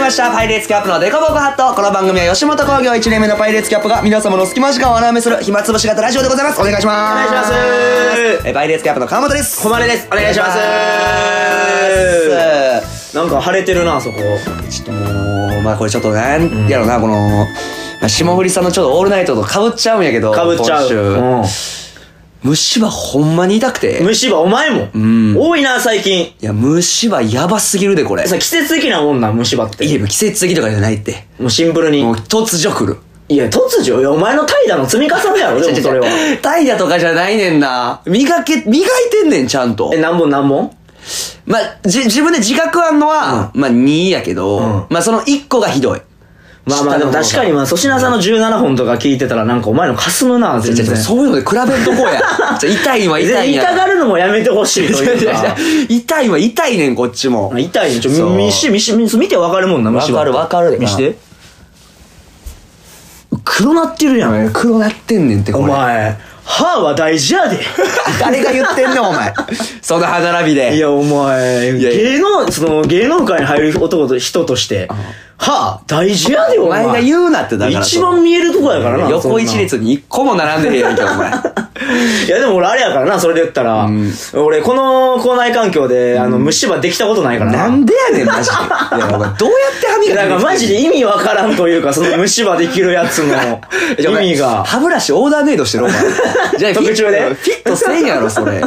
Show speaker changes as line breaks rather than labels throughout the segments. ましたパイレーツキャップのデコボコハットこの番組は吉本興業1年目のパイレーツキャップが皆様の隙間時間を穴埋めする暇つぶし型ラジオでございますお願いします
お願いします
えパイレーツキャップの川本です
小丸ですお願いしますなんか晴れてるなそこ
ちょっともうまあこれちょっとなんやろな、このまあ霜降りさんのちょっとオールナイトとかぶっちゃうんやけど
かぶっちゃ
今週
う、
虫歯ほんまに痛くて
うん、虫歯お前も、
ん
多いな最近
いや虫歯やばすぎるでこれ
さ季節的なもんな虫歯って
いやもう季節的とかじゃないって
もうシンプルに
もう突如来る
いや突如いやお前の怠惰の積み重ねやろでもそれは
タイヤとかじゃないねんな磨け磨いてんねんちゃんと
え何本何本
まあじ自分で自覚あんのは、まあ2やけど、
ん
まあその1個がひどい
まあまあでも確かにまあ粗品さんの17本とか聞いてたらなんかお前のかすむな全
ちょちょ
然
そういうので比べんとこ やちょ痛いは
全
痛
然
いん
痛
や
がるのもやめてほしいと いうか
痛いは痛いねんこっちも
痛いねちょ
そう
見し見し見し見てわかるもんな虫
わ
歯
かるわかるで
見して黒なってるやん
黒なってんねんってこ
お
れ
前歯は大 事やで
誰が言ってんねんお 前その歯並びで
いやお前
いや
芸能その芸能界に入る男と人として歯大事やでお
お
前
前が言うなってだから
一番見えるとこやからなそん
横
な
一列に一個も並んでへんやんけお前
いやでも俺あれやからなそれで言ったら、俺この校内環境であの虫歯できたことないからな
なんでやねんマジでいやお前どうやって歯磨き
だからマジで意味わからんというか、その虫歯できるや つの
じゃあお前
意味が。
歯ブラシオーダーメイドしてるお 前じゃあ
特注で
フィットフィットせんやろそ れ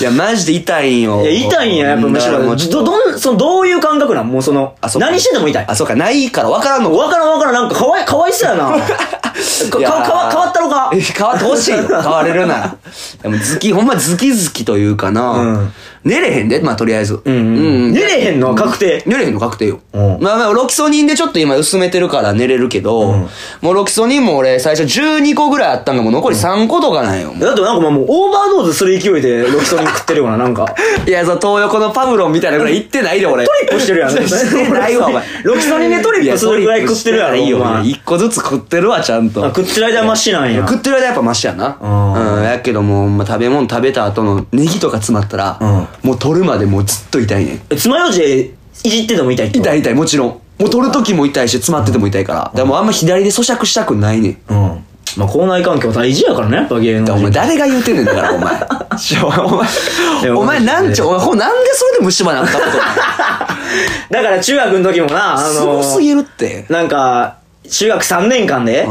いやマジで痛いんよ
いや、痛いんや、やっぱ虫
だからも
歯
う
で。ど、どん、その、どういう感覚なんもうその、
あそうか
何してても痛い。
あそうかないから分からんの
わからんわからん、なんかかわい、かわいそうや な。か、か、
いやー。
かわ変わったのか
変わってほしいよ 変われるならでも好きほんま好き好きというかな、
うん
寝れへんでまあとりあえずうん
寝れへんのは確定。
寝れへんの確定よ、
うん
まあまあロキソニンでちょっと今薄めてるから寝れるけど、もうロキソニンも俺最初12個ぐらいあったんがもう残り3個とかなんよ、もう
だってなんかまあもうオーバードーズする勢いでロキソニン食ってるような、なんか。
いやその東横のパブロンみたいなぐらい行ってないで俺ト
トリップしてるやん。
して ないわお前
ロキソニンでトリップするぐらい食ってるやろ。
いいよ
お前
1個ずつ食ってるわちゃんと
あ食ってる間はマシなんや。
食ってる間やっぱマシやな
うん
うんやけども、まあ、食べ物食べた後のネギとか詰まったら、
う
もう取るまでもうずっと痛いねん
え爪楊枝いじってても痛いってこと
痛い痛いもちろんもう取る時も痛いし詰まってても痛いからだからもうあんま左で咀嚼したくないねん
うん。まあ、校内環境大事やからね、やっぱ芸能
だからお
人
前誰が言うてんねんだからお 前しょお前
や
お前なんちょお前ほんなんでそれで虫歯なったこと
だから中学の時もな、あ
す
の
ごすぎるって
なんか、中学3年間で、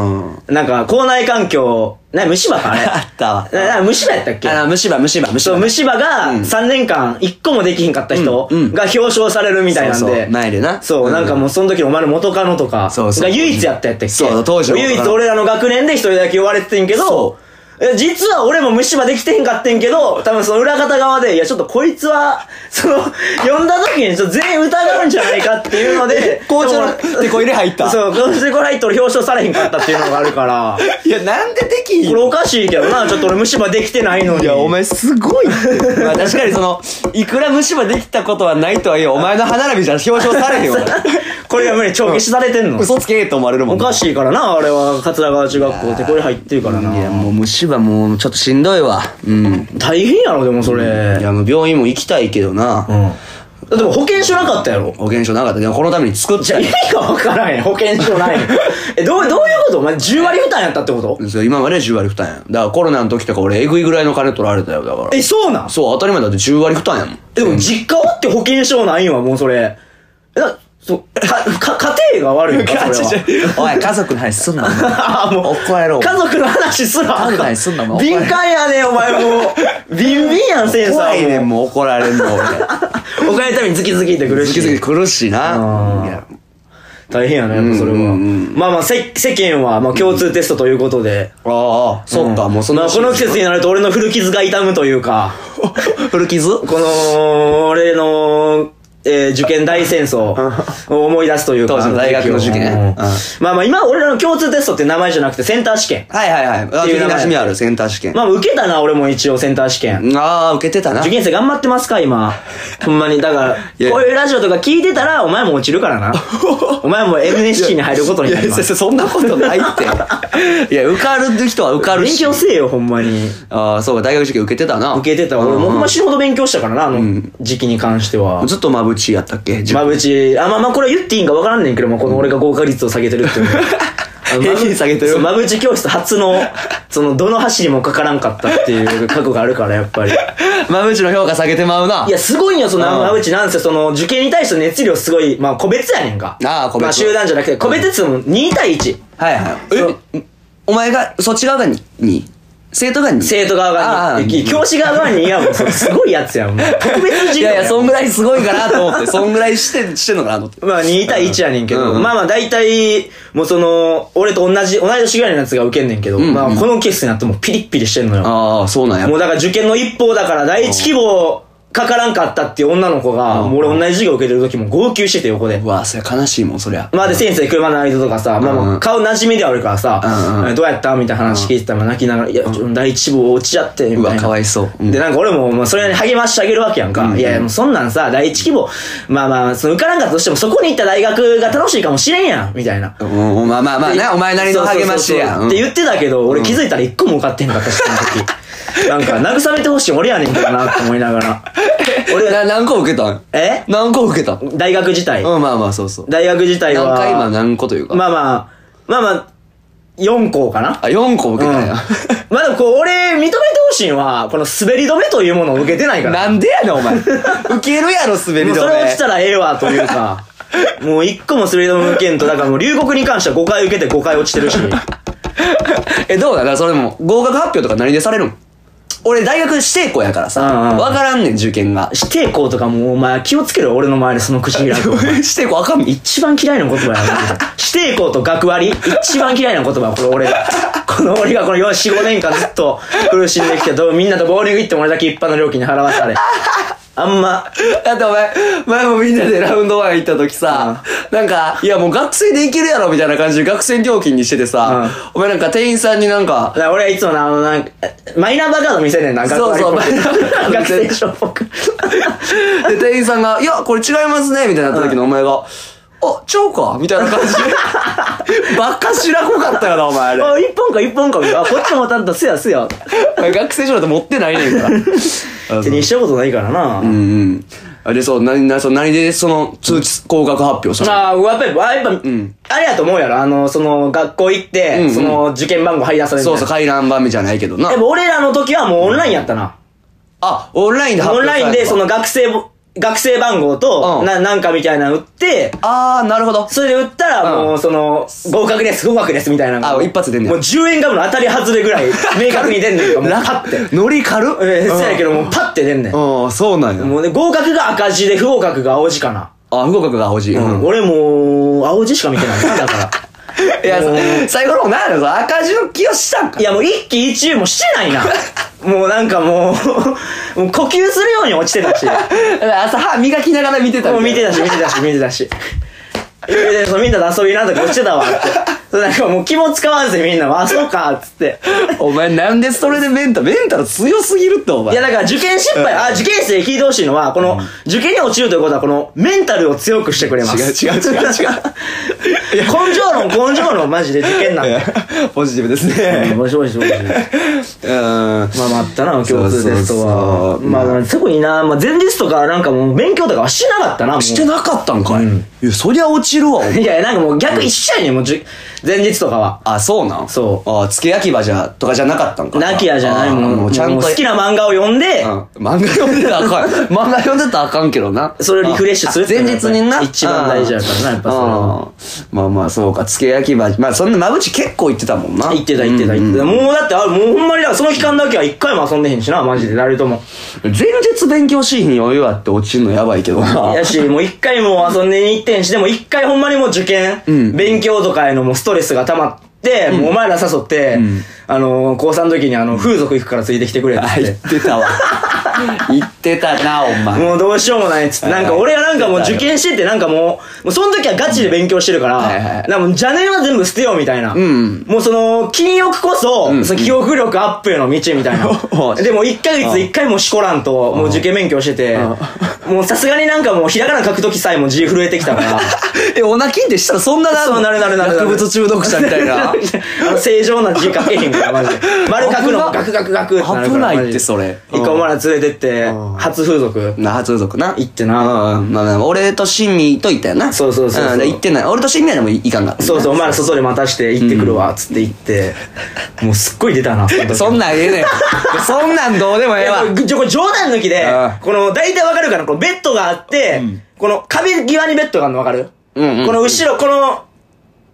う
なんか、校内環境、な、虫歯かあ れ。
あったわ
なな虫歯やったっけ
あの虫歯虫歯虫
そう、
歯
虫歯が3年間1個もできひんかった人
うんうん
が表彰されるみたいなん
そうそう
で。
前でな
そうう、
ん
なんかもうその時のお前の元カノとか、
そうそう
が唯一やったやったっけ
そう当時の元カノ
唯一俺らの学年で一人だけ言われててんけ
そ、
ど、え実は俺も虫歯できてへんかってんけど、多分その裏方側で、いやちょっとこいつは、その、呼んだ時にちょっと全員疑うんじゃないかっていうので
紅茶の
でも
テコ入れ入った
そう、紅茶のテコ入って俺表彰されへんかったっていうのがある から、
いやなんでできん
これおかしいけどな、ちょっと俺虫歯できてないのに。
いや、お前すごいって。まあ確かにその、いくら虫歯できたことはないとはいえ、お前の歯並びじゃ表彰されへんよ。
これが無理、帳消しされてんの。
嘘つけと思われるも
お
んな。
かしいからな、あれは、桂川中学校ってこれ入ってるからな。
いや、もう虫歯もうちょっとしんどいわ。うん。
大変やろ、でもそれ。
いや、もう病院も行きたいけど
う
な。
ん。だってもう保険証なかったやろ。
保険証なかった。でもこのために作っちゃう
意。味がわからんやん、保険証ないの。 え、どう、どういうことお前、10割負担やったってこと
そう今まで10割負担やん。だからコロナの時とか俺、えぐいぐらいの金取られたよ、だから。
え、そうなん
そう、当たり前だって10割負担やもん。
えでも、実家はって保険証ないんは、もうそれ。えな、そう、か、か、家庭が悪いのか、それは。
おい、家族の話すんな、お前
あーもう
怒られろ
家族の話すら
家族の話すんなお前
敏感やねお前も うビンビンやんセンサーも
怖いねん、もう怒られん の、俺。
お金のためにズキズキって苦
好
し
き好き
い
苦しいな
あ。ー
いや
大変やねやっぱそれは、
うんうん
まあまあせ世間はまあ共通テストということで、
ああ、そっか、
ん
もうそんな。
まあ、この季節になると俺の古傷が痛むというか
古傷
この俺のえー受験大戦争を思い出すというか
当時の大学の受験
あの時
う
を
ん
まあまあ今俺らの共通テストって名前じゃなくてセンター試験
はいはいはい。あ、
っていう名前
東にあるセンター試験。
まあ受けたな俺も一応センター試験
ああ、受けてたな
受。験生頑張ってますか今。ほんまに。だから、
いや
こういうラジオとか聞いてたら、お前も落ちるか らな。お前も NSC に入ることになりま
いやそ
す。
そんなことない って。いや、受かる人は受かる
勉
し。
強せえよ、ほんまに。
ああ、そうか、大学受験受けてたな。
受けてた。
うん
俺もほんま死ぬほど勉強したからな、あの時期に関しては。
ずっとまあぶちやったっけ
まぶち、あ、まあまあこれ言っていいんか分からんねんけども、この俺が合格率を下げてるっていうのはあ の
平均下げてる
そうまぶち教室初の、その、どの箸にもかからんかったっていう過去があるから、やっぱり。
まぶちの評価下げてまうない
や、すごいんよ、その、
うん
まぶちなんせ、その、受験に対しての熱量すごい、まあ、個別やねんか。
ああ個別
まあ、集団じゃなくて、個別っつうのも2対1。
はい
そ
は
う
いえお前がそっち側がにに生徒がに
生徒側
あ
が
あ
2。教師側が2。いや、もう、それすごいやつ やん。もう特別授
い
業
やい
や
やそんぐらいすごいかなと思ってそんぐらいしてしてんのかなと思って
まあ2対1やねんけど、
うんうん
まあまあ大体、もうその、俺と同じ、同い年ぐらいのやつが受けんねんけど、
んうん
まあこのケースになってもうピリッピリしてんのよ。
ああそうなんや
もうだから受験の一方だから第一希望かからんかったっていう女の子が、
うん
もう俺同じ授業受けてる時も号泣してて横で
う。わそれ悲しいもんそりゃ
まあで先生車の間とかさ、まあま
う
あ
ん
顔馴染みではあるからさ、
うんうん
どうやったみたいな話聞いてたら泣きながら、いや、第一志望落ちちゃって、みたいうな。
わかわいそううん
で、なんか俺も、まあそれに励ましてあげるわけやんか。
うんうん
いやいや、もうそんなんさ、第一希望、まあまあ、その受からんかったとしても、そこに行った大学が楽しいかもしれんやん、みたいな。
うんまあまあまあねお前なりの励ましや
そうそうそうそうって言ってたけど、俺気づいたら一個も受かってへんかったし、その 時。なんか、慰めてほしい俺やねんけどな、って思いな がら。
俺な何個受けたん
え
何個受けたん
大学自体。
うんまあまあそうそう
大学自体は。
何回今何個というか
まあまあ、まあまあ、4校かな。
あ4個受けたんや
うん、まあでもこう、俺、認めてほしいんは、この滑り止めというものを受けてないから。
なんでやねんお前 受けるやろ滑り
も
止
う
め
それ落ちたらええわ、とい うか。もう一個も滑り止め受けんと、だからもう留国に関しては5回受けて5回落ちてるし。
え、どうだなそれも、合格発表とか何でされるん俺、大学指定校やからさ、
うんうん。
わからんねん、受験が
指定校とかもうお前気をつけろ、俺の前でその口開く。
指定校あかんねん。
一番嫌いな言葉やな。指定校と学割一番嫌いな言葉、これ俺が。この俺がこの4、5年間ずっと苦しんできて、どうみんなとボーリング行っても俺だけ一般の料金に払わされ。あんま、
だってお前、前もみんなでラウンドワン行った時さ、なんか、いやもう学生で行けるやろみたいな感じで学生料金にしててさ、お前なんか店員さんになんか、
だから俺はいつもな、あの、なんか、マイナンバーカード見せねえな、学
そうそう
割っ
マイナ
ぽく
ンバーカード
学生証っぽく。
で、店員さんが、いや、これ違いますね、みたいになった時のお前が、あ、ちゃうかみたいな感じで。 バカしらこかったよな、お前あれ。
あ、一本か一本か、 あ、こっちもたんだ、すやすや。
お前学生証だと持ってないねん から。
手にしたことないからな。
うんうん。あれ、そう、何、何、そう何で、その、通知、合格発表したの
ああ、やっぱり、あやっぱ、あれやと思うやろ。あの、その、学校行って、
うんうん
その、受験番号張り出されるみたい
そ
な
うそう、回覧板目じゃないけどな
で。も俺らの時はもうオンラインやったな。
あ、オンラインで発
オン
表さ
ラ
れた
インでその学生ぼ、学生番号と、
うん
な、なんかみたいなの売って、
あー、なるほど。
それで売ったら
うん
もうその、合格です、合格ですみたいなのが
あ一発出んねや
もう10円ガムの当たり外れぐらい、明確に出んねんか、もうパッて。
ノリ軽っ
えー、そうやけどもうパッて出んねん。
うんうん、そうなんや。
もうね、合格が赤字で不合格が青字かな。
あ、不合格が青字。うん。
俺もう、青字しか見てな いな、だから。
いや
もう、
最後の方なんやろ、赤字の気をしたんか
い。やもう一喜一憂もしてな いな。もうなんかもう、もう呼吸するように落ちてたし。
朝歯磨きながら見てた
もう
み
見
い
て
な。
たし、見てたし、見てたし。いやいやそのみんなと遊びなんとかしてたわって。そうなんかもう気も使わんぜみんなも、あ、そうか、っつって。
お前なんでそれでメンタル、メンタル強すぎるって、お
いや
前。
だから受験失敗、あ、受験生聞いてほしいのは、この、受験に落ちるということは、この、メンタルを強くしてくれます。
違う違う違う違う
根性論、根性論、マジで受験なんだ。
ポジティブです
うん
ね。
もしもしもし。
うん。
まあまああったな、共通テス
そ
ト
うそ
は。
うそう
まあ、特にな、まあ前日とかなんかもう勉強とかはしなかったな、もう
してなかったんかい。
うん
いや、そりゃ落ちるわ、お前
いやいや、なんかもう逆一緒やねん、もうじゅ、前日とかは。
あ、そうなん。
そう
あ、つけ焼き場じゃ、とかじゃなかったんか。
なきやじゃない
あー
もん。もう
ちゃんと。
好きな漫画を読んで、
うん漫画読んでたらあかん。 漫画読んでたらあかんけどな。
それをリフレッシュするっていう
前
のが
日にな。
一番大事やからなやっぱそれは
それまあまあ、そうか。つけ焼き場。まあ、そんな、まぶち結構行ってたもんな。
行ってた行ってた行ってた。もうだって、あもうほんまにだからその期間だけは一回も遊んでへんしな、マジで誰とも。
前日勉強しい日に余裕あって落ちるのやばいけどな。
やし、もう一回もう遊んでに行ってんし、でも一回ほんまにもう受験、
ん
勉強とかへのもうストレスが溜まって、もうお前ら誘って、あのー、高3の時にあの、風俗行くからついてきてくれって
あ、
言
行
っ。
っててたわ。 行ってたな、お前。
もうどうしようもないっつって。なんか俺がなんかもう受験しててなんかもう、もうその時はガチで勉強してるから、
はいはい
なんかもう邪念は全部捨てようみたいな。
ん
もうその、禁欲こそ、その記憶力アップへの道みたい
お
な。
う
でも1ヶ月1回もしこらんと、もう受験勉強してて、もうさすがになんかもうひらがな書く時さえも字震えてき たから。
え、おなきんでしたらそんなな
そうなるなるなるなる
薬物中毒者みたいな。
あの正常な字書けへん かから、マジで。丸書くのもガクガクガクってなる
危
から
ない
マジで
ってそれ
一個お前ら連れてって
うん、
初風 俗
な、初族な。
行ってな。
うん、まあまあ、俺と親身と行ったよな。
そうそうそうそうん
行ってない。俺と親身はでも行かんかった。
そうそう、お前ら外で待たして行ってくるわ、つって行って。もうすっごい出たな、その時
そんなんええねん。そんなんどうでもえ
い
えわ
や。これじょこれ冗談抜きで
うん、
この、大体わかるかなこのベッドがあって、この壁際にベッドがあるのわかる、
うんうんうん
この後ろ、この、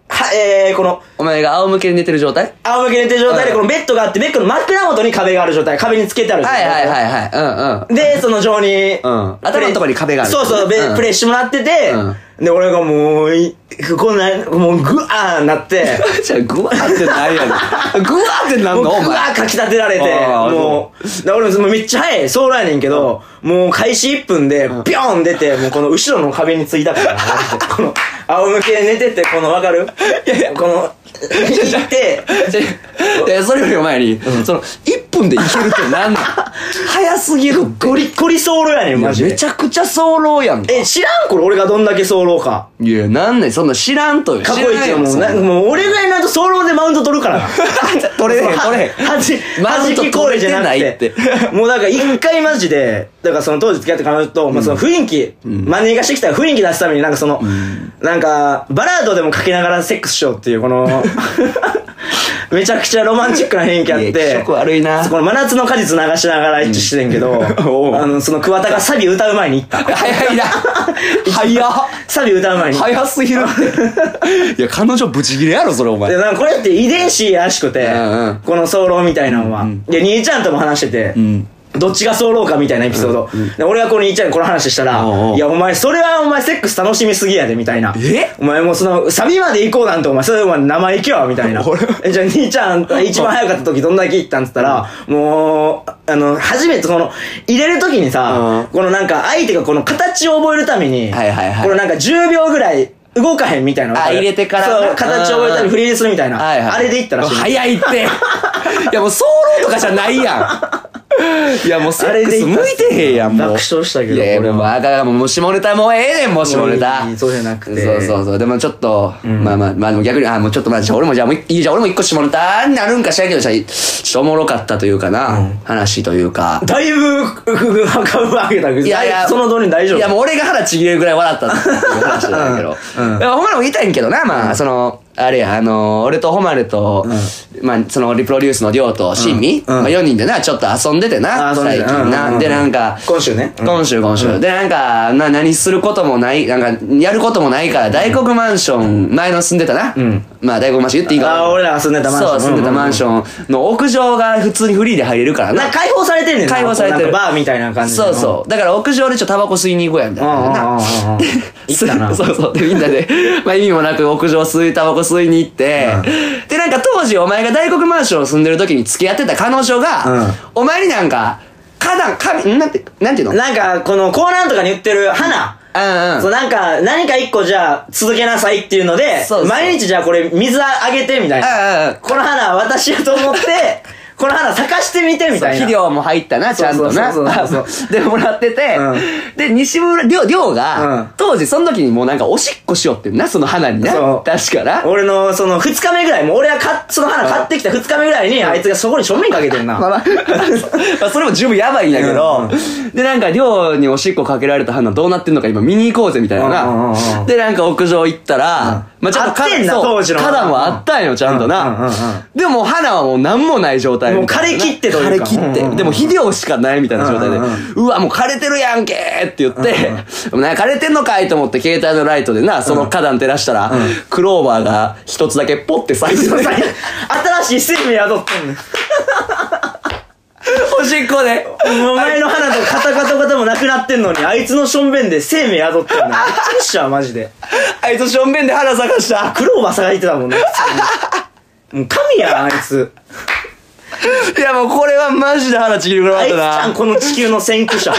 は、えー、この、
お前が仰向けに寝てる状態
仰向け寝てる状態で、
うん
このベッドがあって、ベッドの枕元に壁がある状態。壁につけてある状
は
態。
いはいはいはい。うんうん。
で、その上に、うん
頭のとこに壁がある
そうそう、べ
うん
プレイしてもらってて、で、俺がもう、いこんな、もう、ぐあーなって、
じゃあ、グワーってなんやねん。グワーってなん
も
のお
う、ぐわ
前。
ーかき立てられて、
あー
もう、で俺もめっちゃ早い、そうなんやねんけど、もう開始1分で、ぴょん出て、もうこの後ろの壁につい たから、マジでこの、仰向けで寝てて、この、わかるこの、行って、
ちょいやそれよりも前に、その、1分でいけるってなんなん早すぎるって。
ゴリゴリソーやねん、マジ
め
で。
ちゃくちゃ早漏やんか。
え、知らんこれ俺がどんだけソロか。
いや、なんねん、そんな知らんとよ。
過去一はもう
知ら
な、
んよ
もう俺ぐらいになるとソロでマウント取るからな。
取れへん、取れへん。
はじ、
マ
は
ウン
じ
ト
きこれじゃなく
取れ
て
てないっ。
もうなんか一回マジで、だからその当時付き合ってた彼女と、まあその雰囲気、マネーがしてきたら雰囲気出すためになんかその、なんか、バラードでもかけながらセックスしようっていう、この、 めちゃくちゃロマンチックな雰囲気あっ
いや
て
気、色悪いな
そこの真夏の果実流しながら一致してんけど、
おう
あの、その桑田がサビ歌う前に行った。
早 いな。早っ。
サビ歌う前に行った。
早すぎる って。いや、彼女ブチギレやろ、それお
で、
前。
なんかこれって遺伝子らしくて、
うんうん
この早漏みたいなのは。で、兄ちゃんとも話してて、
ん
どっちが早漏かみたいなエピソード。で俺がこの兄ちゃんにこの話したら、
おうおう
いや、お前、それはお前、セックス楽しみすぎやで、みたいな。
え
お前もうその、サビまで行こうなんて、お前、それは生意気やわ、みたいな
俺。
え、じゃあ兄ちゃん、一番早かった時どんだけ行ったんつったら、もう、あの、初めてその、入れる時にさ、このなんか、相手がこの形を覚えるために、
はいはいはい
このなんか10秒ぐらい、動かへんみたいなのわかる。
あ入れてからな
そう、形を覚えるためにフリーズするみたいな。
はいはい。
あれで行ったらしい。
早い って。いや、もう、早漏とかじゃないやん。いや、もう、セ
あ
ッ
れ
ク
で
ス
行
向
った
いてへんやん、もう。
爆笑したけど
いや、
俺
も
は
う、あかんもう、下ネタもうええねん、もう、下ネタ
もうい。いそうじゃなくて
そうそうそう。でも、ちょっと、まあまあ、まあ、でも逆に、あ、もう、ちょっと、まあ、じゃあ俺も、じゃあ、もう、いいじゃあ俺も一個下ネタになるんかしらんけど、じゃあちょっとおもろかったというかな、話というか。
だいぶ、株上げたけど、
いやい
だ
や、
ぶその通り大丈夫。
いや、もう俺が腹ちぎれるぐらい笑ったっていう話なんだけど。
うんうん
いやほんまにも言いたいんけどな、まあ、その、あれや、あのー、俺とホマルと、まあ、その、リプロデュースのりょうと、シンミ、
うん
まあ、4人でな、ちょっと遊んでて
あ
な、
遊んで
最
て
近
うんうんう
な。
ん
で、なんか、
今週ねうん
今週、今週。で、なんか、な、何することもない、なんか、やることもないから、大黒マンション、前の住んでたな。
ん
まあ、大黒マンション言っていいかな
あー俺らが住んでたマンション
そう、住んでたマンションの屋上が普通にフリーで入れるからな。
な解放されてんねんな
解放されてる
こうなんかバーみたいな感じの
そうそう。だから屋上でちょっとタバコ吸いに行こうや、みたいな。な
うんうんうんうんうん行った な
そうそう。で、みんなで、まあ意味もなく屋上吸い、タバコ吸いに行って、で、なんか当時お前が大黒マンション住んでる時に付き合ってた彼女が、
うん
お前になんか、花壇、花、んなんて、なんていうのうん
なんか、このコーナーとかに売ってる花。
うん。
そう、なんか、何か一個じゃあ、続けなさいっていうので
そうそ、う
毎日じゃあこれ水あげてみたい
うんうんう。
なんこの花私やと思って、この花咲かしてみてみたい
肥
な。
料も入ったな、ちゃんとな。
そうそうそうそ
で、もらってて、
う
で、西村、りょう、りょうが、
うん
当時その時にもうなんかおしっこしようってんな、その花にな。
そう
確かな。
俺の、その、二日目ぐらい、もう俺が買っ、その花買ってきた二日目ぐらいに、あいつがそこに正面かけて んな。
まあまあまあ、それも十分やばいんだけど、で、なんか、寮におしっこかけられた花どうなってんのか今見に行こうぜみたいな
うんうんうんう
な。
ん
で、なんか屋上行ったら、まあちょっと
あってんな
そう
当時の
花壇はあったんよ、ちゃんと
うんうんうんうん
な。でも花はもう何もない状態みたいな。
もう枯れ切ってというか
枯れ切っ
うんうんう
て。
ん
でも、肥料しかないみたいな状態で
うんうん、
うわ、もう枯れてるやんけーって言って、でもなんか枯れてんのかいと思って携帯のライトでな、その花壇照らしたら、クローバーが一つだけポッて咲いてる。
新しい生命宿ってんねん。
おしっこで。
お前の花とカタカタカタもなくなってんのに、あいつのしょんべんで生命宿ってんの。びっくりしたわ、マジで。
あいつ正面で花探した。
クローバー探してたもんね、普通に。もう神やん、あいつ。
いやもうこれはマジで腹ちぎるぐ
あ
ら
い
い
つち
だ
ゃ
った
ん、
な。
この地球の先駆者。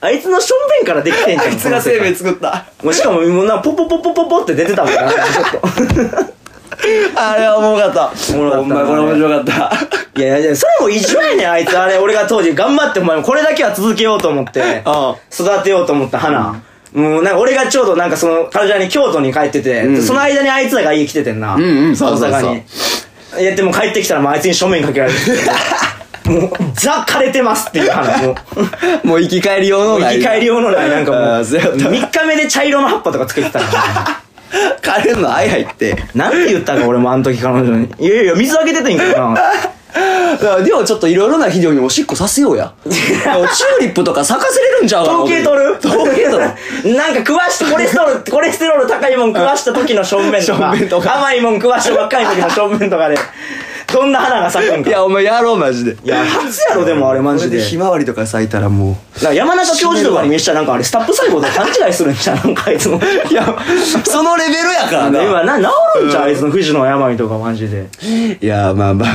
あいつのしょんべんからできてんじゃ
あ
ん。
いつが生命作った。
もうしかも、もうな、ポポポポポポって出てたもんな、ちょっ
あれはおもろかった。
おもろかっ
ほ
た
んまこれ面白かっ
と。いやいやいや、それも異常やねん、あいつ。あれ、俺が当時頑張って、お前もこれだけは続けようと思って。
た。
育てようと思った花。もうなんか俺がちょうどなんかその彼女に京都に帰ってて、
ん
その間にあいつらが家来ててんな。
うんうんそうそうそう
大阪に。
いやでも帰ってきたらもうあいつに正面かけられるもうザ枯れてますっていう話もう
もう生き返り用の
生き返り用のないなんかもう
あーそうやった
3日目で茶色の葉っぱとかつけてたから
枯れるの愛入って。
なんて言ったか俺もあの時彼女にいやいや水あげててんけどな
だからでもちょっといろいろな肥料におしっこさせようや。でもチューリップとか咲かせれるんちゃうかな
統計取る
統計取る。
なんか食わしてコレステロールコレステロール高いもん食わした時の正面とか
正面とか
甘いもん食わしたばっかりの時の正面とかでどんな花が咲くん
い
か
や、お前やろう、マジで。い
いや初やろでもあれマジで
ひまわりとか咲いたらも
なんか山中教授とかに見せたらなんかあれスタッフ細胞と勘違いするんちゃうなんかあいつも
う。いや、そのレベルやからな。
今な治るんちゃうあいつの藤野山美とかマジで
いや、まあまあ。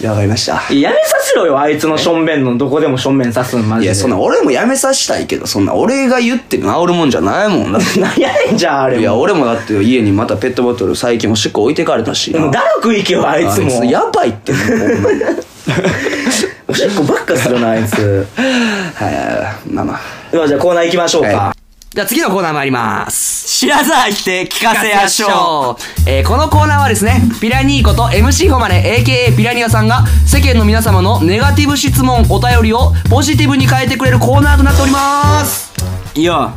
いや、わかりました。
いややめさせろよあいつの正面のどこでも正面さすんマジで
いや、そんな、俺もやめさせたいけど、そんな、俺が言って治るもんじゃないもんだって。
なんやねんじゃああれも
いや、俺もだって家にまたペットボトル最近おしっこ置いてかれたしな。
だるく息よあいつも
あいつやばいって、もうほんまに
おしっこばっかするなあいつ
はい、まあまあ。
ではじゃあコーナー行きましょうか、
は
じゃあ次のコーナー参ります。
知らざあきて聞かせやしょう
えーこのコーナーはですね、ピラニーコと MC ホマネ、AKA ピラニアさんが世間の皆様のネガティブ質問、お便りをポジティブに変えてくれるコーナーとなっております。
よ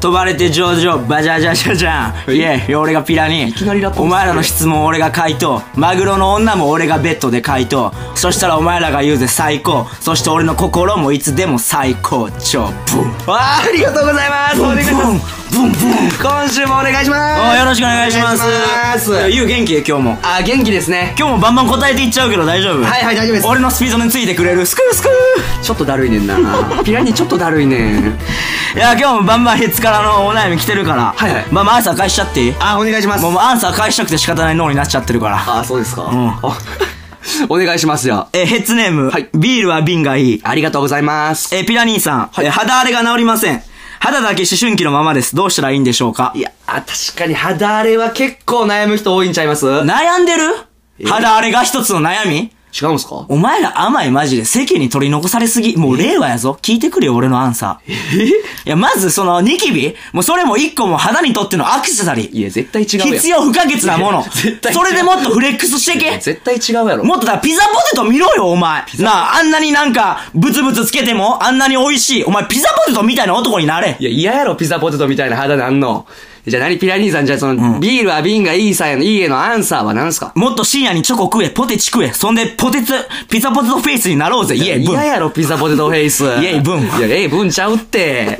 飛ばれて上々バジャジャジャジャンイエイ俺がピラニ
きなりラップ
お前らの質問俺が回答マグロの女も俺がベッドで回答そしたらお前らが言うぜ最高そして俺の心もいつでも最高潮ブン
わーありがとうございます。お願いします。
ブンブンブンブン
今週もお願いし
お
ま
ー
す。
よろしくお願いします
お願いします
いやゆう元気今日も
あ、元気ですね。
今日もバンバン答えていっちゃうけど大丈夫
はいはい大丈夫です
俺のスピードについてくれるスクースク
ちょっとだるいねん な。ピラニーちょっとだるいねん。
ーいや今日もバンバンヘッツからのお悩み来てるから
はいはい
バンバンアンサー返しちゃっていい
あ、お願いしま
もうもうアンサー返したくて仕方ない脳になっちゃってるから。
あ、そうですか。
ん
あお願いしますよ。
えーヘッツネーム、
はい
ビールは瓶がいい。
ありがとうございます。
えーピラニーさん、えー肌荒れが治りません。肌だけ思春期のままです。どうしたらいいんでしょうか
いや、あ確かに肌荒れは結構悩む人多いんちゃいます違うん
悩んでる肌荒れが一つの悩み
すか
お前ら甘いマジで世間に取り残されすぎ。もう令和やぞ。聞いてくれよ、俺のアンサー。えいや、まずそのニキビもうそれも一個も肌にとってのアクセサリー。
いや、絶対違うやん。
必要不可欠なもの。
いや 絶対違う
それでもっとフレックスしてけ。
絶対違うやろ。
もっとだ、ピザポテト見ろよ、お前。なあ、あんなになんか、ブツブツつけても、あんなに美味しい。お前、ピザポテトみたいな男になれ
い。や、嫌やろ、ピザポテトみたいな肌なんの。じゃあ何、ピラニーさん、じゃあその、ビールは瓶がいいさんやの、いいえのアンサーは何すか
もっと深夜にチョコ食え、ポテチ食え。そんで、ポテツ、ピザポテトフェイスになろうぜ、イエイ、ブン
嫌。やろ、ピザポテトフェイス。
イエイブン
いや、えい、ブンちゃうって。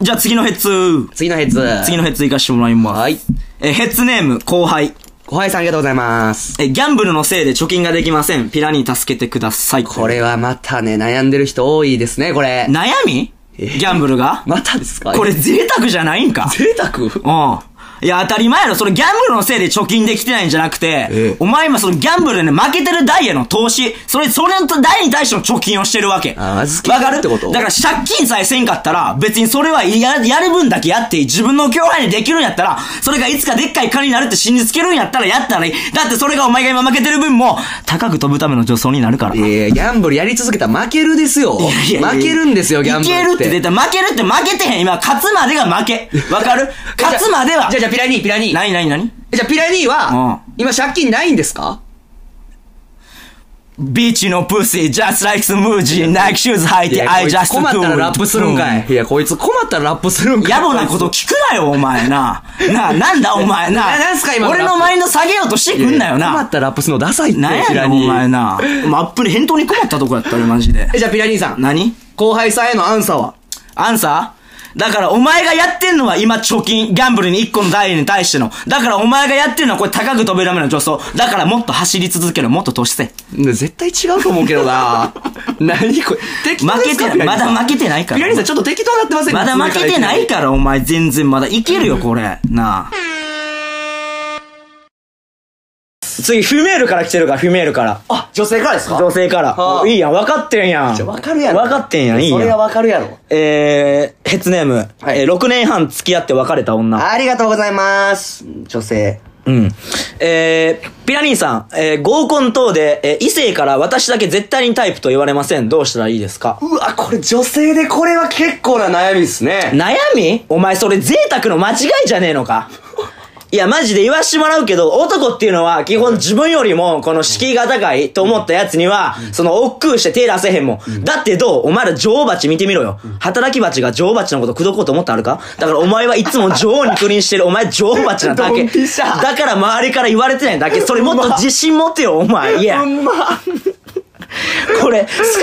じゃあ次のヘッツ。
次のヘッズ。
次のヘッツ行かしてもらいます。
はい。
え、ヘッツネーム、後輩。
小林さんありがとうございます。
え、ギャンブルのせいで貯金ができません。ピラに助けてください。
これはまたね、悩んでる人多いですね、これ。
悩みギャンブルが
またですか
これ、贅沢じゃないんか
贅沢
うん。いや、当たり前やろ。それギャンブルのせいで貯金できてないんじゃなくて、
ええ
お前今そのギャンブルでね、負けてる代への投資、それ、それの代に対しての貯金をしてるわけ。
あ預け
わかる
ってこと
だから借金さえせんかったら、別にそれはや、やる分だけやっていい。自分の興味にできるんやったら、それがいつかでっかい金になるって信じつけるんやったらやったらいい。だってそれがお前が今負けてる分も、高く飛ぶための助走になるから。
いやいや、ギャンブルやり続けたら負けるですよ。
いやいや
負けるんですよ、ギャンブルって。
いけるって絶対、負けるって負けてへん。今、勝つまでが負け。わかる
え
勝つまでは
じゃあ、じゃあじ。ゃあ、ピラニー、ピラニー。
何何何
えじゃあ、ピラニーは、
う
今、借金ないんですか
ビーチのプッシー、just like smoothie, Nike shoes 履い
い
て、I
こい
just
つ困ったらラップするんかい。いや、こいつ困ったらラップするん
do.
かい。
野暮なこと聞くなよ、お前な。なあ、なんだお前な。
ななんすか今の
俺
ラッ
の
プ
マインド下げようとしてくんなよ
いや困
な
っ。たらラップするのダサいって、
なん
ピ
や
ラ
ねん、
ニ
お前
ー。
な。まあアップル返答に困ったとこやった、俺マジで
え、。じゃあ、ピラニーさん。
何
後輩さんへのアンサーは
アンサーだからお前がやってんのは今貯金、ギャンブルに1個の代に対しての。だからお前がやってんのはこれ高く飛べるための助走。だからもっと走り続けろ、もっと投資せ。
ね絶対違うと思うけどな何これ。適当
負
で
け
すか
て
ピラニー
ない、ま
さん
だ負けてないから。
ピラニーさん、ちょっと適当になってません
まだ負けてないから、お前全然まだいけるよ、これ。なあ。
次フィメールから来てるからフィメールから
あ、女性からですか
女性から、
はあ
いいやん分かってんやん
じゃあ分かるやろ。
分かってんやんいい
それ
や
は
ん
分かるやろ。
えー、ヘッツネーム、えー、6年半付き合って別れた女
ありがとうございます。女性。
うん。えー、ピラニーさん、えー、合コン等で、えー、異性から私だけ絶対にタイプと言われません。どうしたらいいですか
うわ、これ女性でこれは結構な悩みです ね。
悩みお前それ贅沢の間違いじゃねえのか
いや、マジで言わしてもらうけど、男っていうのは、基本自分よりも、この敷居が高いと思ったやつには、その、億劫して手出せへんもん。だってどうお前ら女王蜂見てみろよ。働き蜂が女王蜂のこと口説こうと思ったのあるかだからお前はいつも女王に不倫してる。お前女王蜂なだ
ド
け。
ンピシャ
だから周りから言われてないだけ。それもっと自信持てよ、お前。いや。これ、スクースク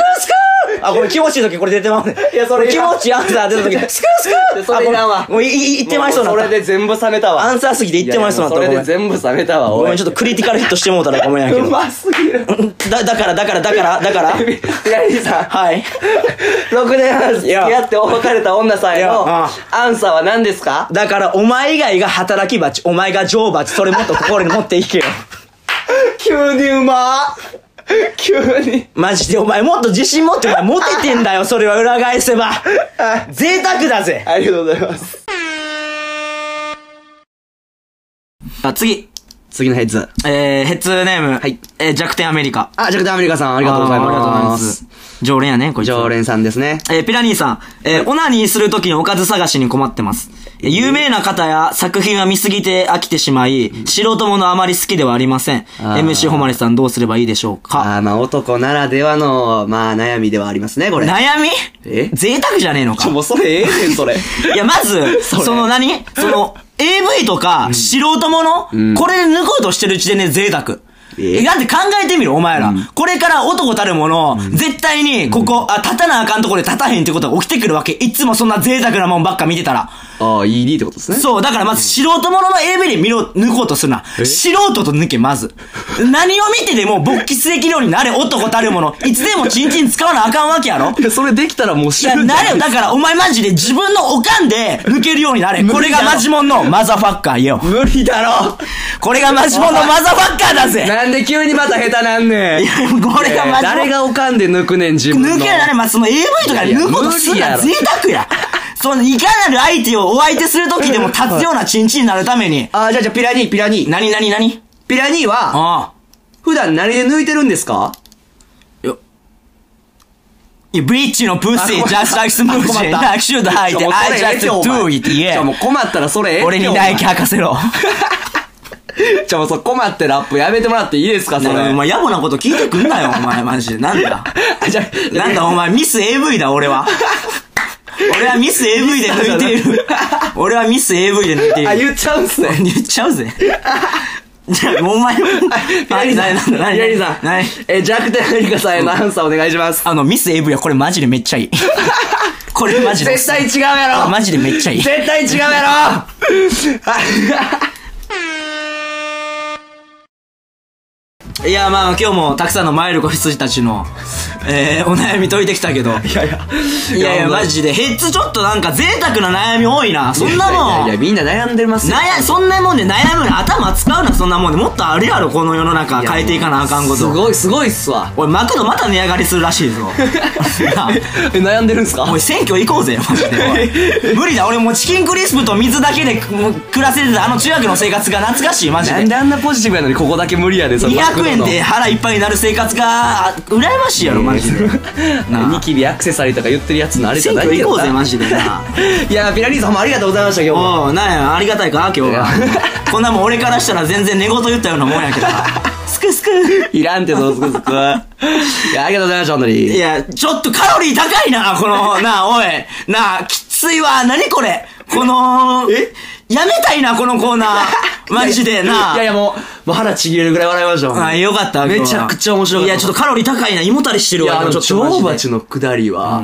ーあ、これ気持ちいい時これ出てまうねん。
いやそれい
気
らん
持ちいいアンサー出た時、 スクースクー
それいらんわ
あこれもうい、い、い言ってまいそうにな
も
っ
う
た。
それで全部冷めたわ
アンサーすぎて言ってまいそうになった
いやいやもうそれで全部冷めたわ
ご
お
め
い
ん、ちょっとクリティカルヒットしてもうたらごめんやけ
う
ど。
ますぎる
だ、だから、だから、だから、だから。
ピラリーさん
はい。
6年半付き合って別れた女さんへの
いや
アンサーは何ですか
だから、お前以外が働き蜂、お前が女王蜂、それもっと心に持っていけよ。
急にうま急に
マジでお前もっと自信持ってお前モテてんだよ、それは裏返せば。贅沢だぜ。
ありがとうございます
あ、次。
次のヘッズ。
えー、ヘッツネーム。はい。えー、弱点アメリカ。
あ、ジャクタンアメリカさん、あ
あ
りがとうございます。
ーありがとうございます。常連やね、こいつ。
常連さんですね。
えーピラニーさん、えーオナニーするときのおかず探しに困ってます。えー有名な方や作品は見すぎて飽きてしまい、素人ものあまり好きではありません。
あー
MC ほまれさんどうすればいいでしょうか
あーまあ男ならではの、まあ悩みではありますね、これ。
悩み
え
贅沢じゃねえのか
もうそれええねん、それ。
いや、まず、その何その、AV とか、素人もの、これで抜こうとしてるうちでね、贅沢。
え
だって考えてみろ、お前ら。これから男たるもの、絶対に、ここ、あ、立たなあかんところで立たへんってことが起きてくるわけ。いつもそんな贅沢なもんばっか見てたら。
ああ、ED ってことですね。
そう、だからまず素人ものの AV で見ろ、抜こうとするな。素人と抜け、まず。何を見てでも勃起すべき量になれ、男たるもの。いつでもチンチン使わなあかんわけやろ
いや、それできたらもう
い
死
や、
ぬんじゃ
な
ない
れよ。だから、お前マジで自分のおかんで抜けるようになれ。これがマジモンのマザーファッカーよ。
無理だろ
これがマジモンのマザーファッカーだぜ。いや
なんで急にまた下手なんねん。
これがマジモン。
誰がおかんで抜くねん、自分の。
抜けられます。その AV とかで抜くことすん
いやいや
な贅
無
沢や。その、いかなる相手をお相手するときでも立つようなチンチンになるために。
ああ、じゃあじゃあピラニー、ピラニー。
なになになに
ピラニーは、
ああ。
普段何で抜いてるんですか
いや、ビッチのプッシー、ジャスライスムージー、
困った
ナクシュードハイ
ち
で、
ょもう
I
それええ
just
てお前
do it,
ちょも
yeah.
う困ったらそれええって
俺に唾液
お前
吐かせろ。
ちょもうそれ困ってラップやめてもらっていいです か、それ。
お前、野暮なこと聞いてくんなよ、お前、マジで。なんだ。
あじゃあ
なんだお前ミス AV だ 俺は。俺はミス AV で抜いている。俺はミス AV で抜いている。
あ、言っちゃうんすね。
言っちゃうぜ。じゃあ、お前も。
ピラニーさん、
何何
ピラニーさん、
何
えー、弱点アメリカさんへのアンサーお願いします。
あの、ミス AV はこれマジでめっちゃいい。これマジで。
絶対違うやろ
マジでめっちゃいい。
絶対違うやろ
いや、まあ今日もたくさんのマイル子羊たちの、えー、お悩み解いてきたけど。いやいや。いやいや、マジで。ヘッズちょっとなんか贅沢な悩み多いな。そんなもん。
いやいや、みんな悩んでますよ。
悩そんなもんで悩むな頭使うなそんなもんでもっとあるやろこの世の中変えていかなあかんこ
す
と
ごい、すごいっすわ。
おいマクドまた値上がりするらしい ぞなあ
え悩んでるんすか
おい選挙行こうぜマジでおい無理だ俺もうチキンクリスプと水だけでもう暮らせてたあの中学の生活が懐かしいマジ
なん
で
であんなポジティブやのにここだけ無理やで、その
200円で。腹いっぱいになる生活があ羨ましいやろマジでなあ
ニキビアクセサリーとか言ってるやつのあれじゃ
選
ない
挙
け
行
ど
こうぜ
な。
マジでない
や、ピラニーさんもありがとうございました、今日も。
おうなんやありがたいか今日 はこんなもん俺からしたら全然寝言言ったようなもんやけどなすくすく
いらんって、そのすくす く。いや、ありがとうございました、本当に。
いや、ちょっとカロリー高いな、こ の、なあ、おい。なあ、きついわ、なにこれ。この、えやめたいな、このコーナ ー。マジで、なあ。
いやいや、もう、もう腹ちぎれるぐらい笑いましたもん。
あよかった。
めちゃくちゃ面白かった
いや、ちょっとカロリー高いな、胃もたれして
い
る
や、
わ、
あの、
ちょっとマジ
女王
で。
蜂のくだりは、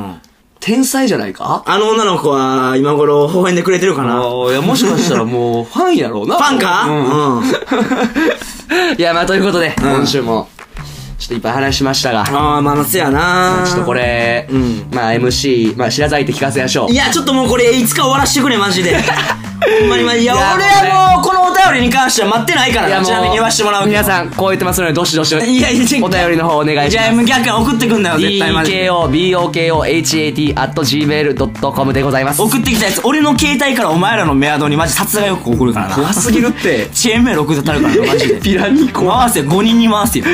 天才じゃないか
あの女の子は、今頃、微笑んでくれてるかな。フ
あいや、もしかしたらもう、ファンやろうな。
ァンかうん。
いや、まあ、ということで、今週も、ちょっといっぱい話しましたが、ちょ
ああ、まあ、夏やな。
っとこれ、
ん
まあ、MC、まあ、知らざいて聞かせましょう
い。や、ちょっともうこれ、いつか終わらしてくれ、マ ジで。ほんまにマジ。いや、
い
俺
や
はもう、このお便りに関しては待ってないから
いや
な、
もう
ちなみに言わしてもらうけど
皆さん、こう言ってますので、どしどし、お便
いやいや、
りの方お願いします。
じゃあ、無逆送ってくんだよ、絶対マジで。
dkobokohat.gmail.com でございます。
送ってきたやつ、俺の携帯からお前らのメアドにマジ殺害予告送るからな。
怖すぎるって。
チェーンメール送ってたるからな、マジ で。
ピラニコ。
回せよ、5人に回 せよ。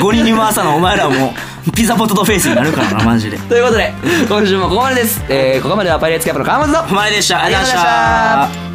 5人に回さな、お前らはもう、ピザポテトフェイスになるからな、マジで。
ということで、今週もここまでです。えー、ここまではパイレーツキャップの川本と、
お前でした。ありがとうございまし
ありがとうございま
た
し。た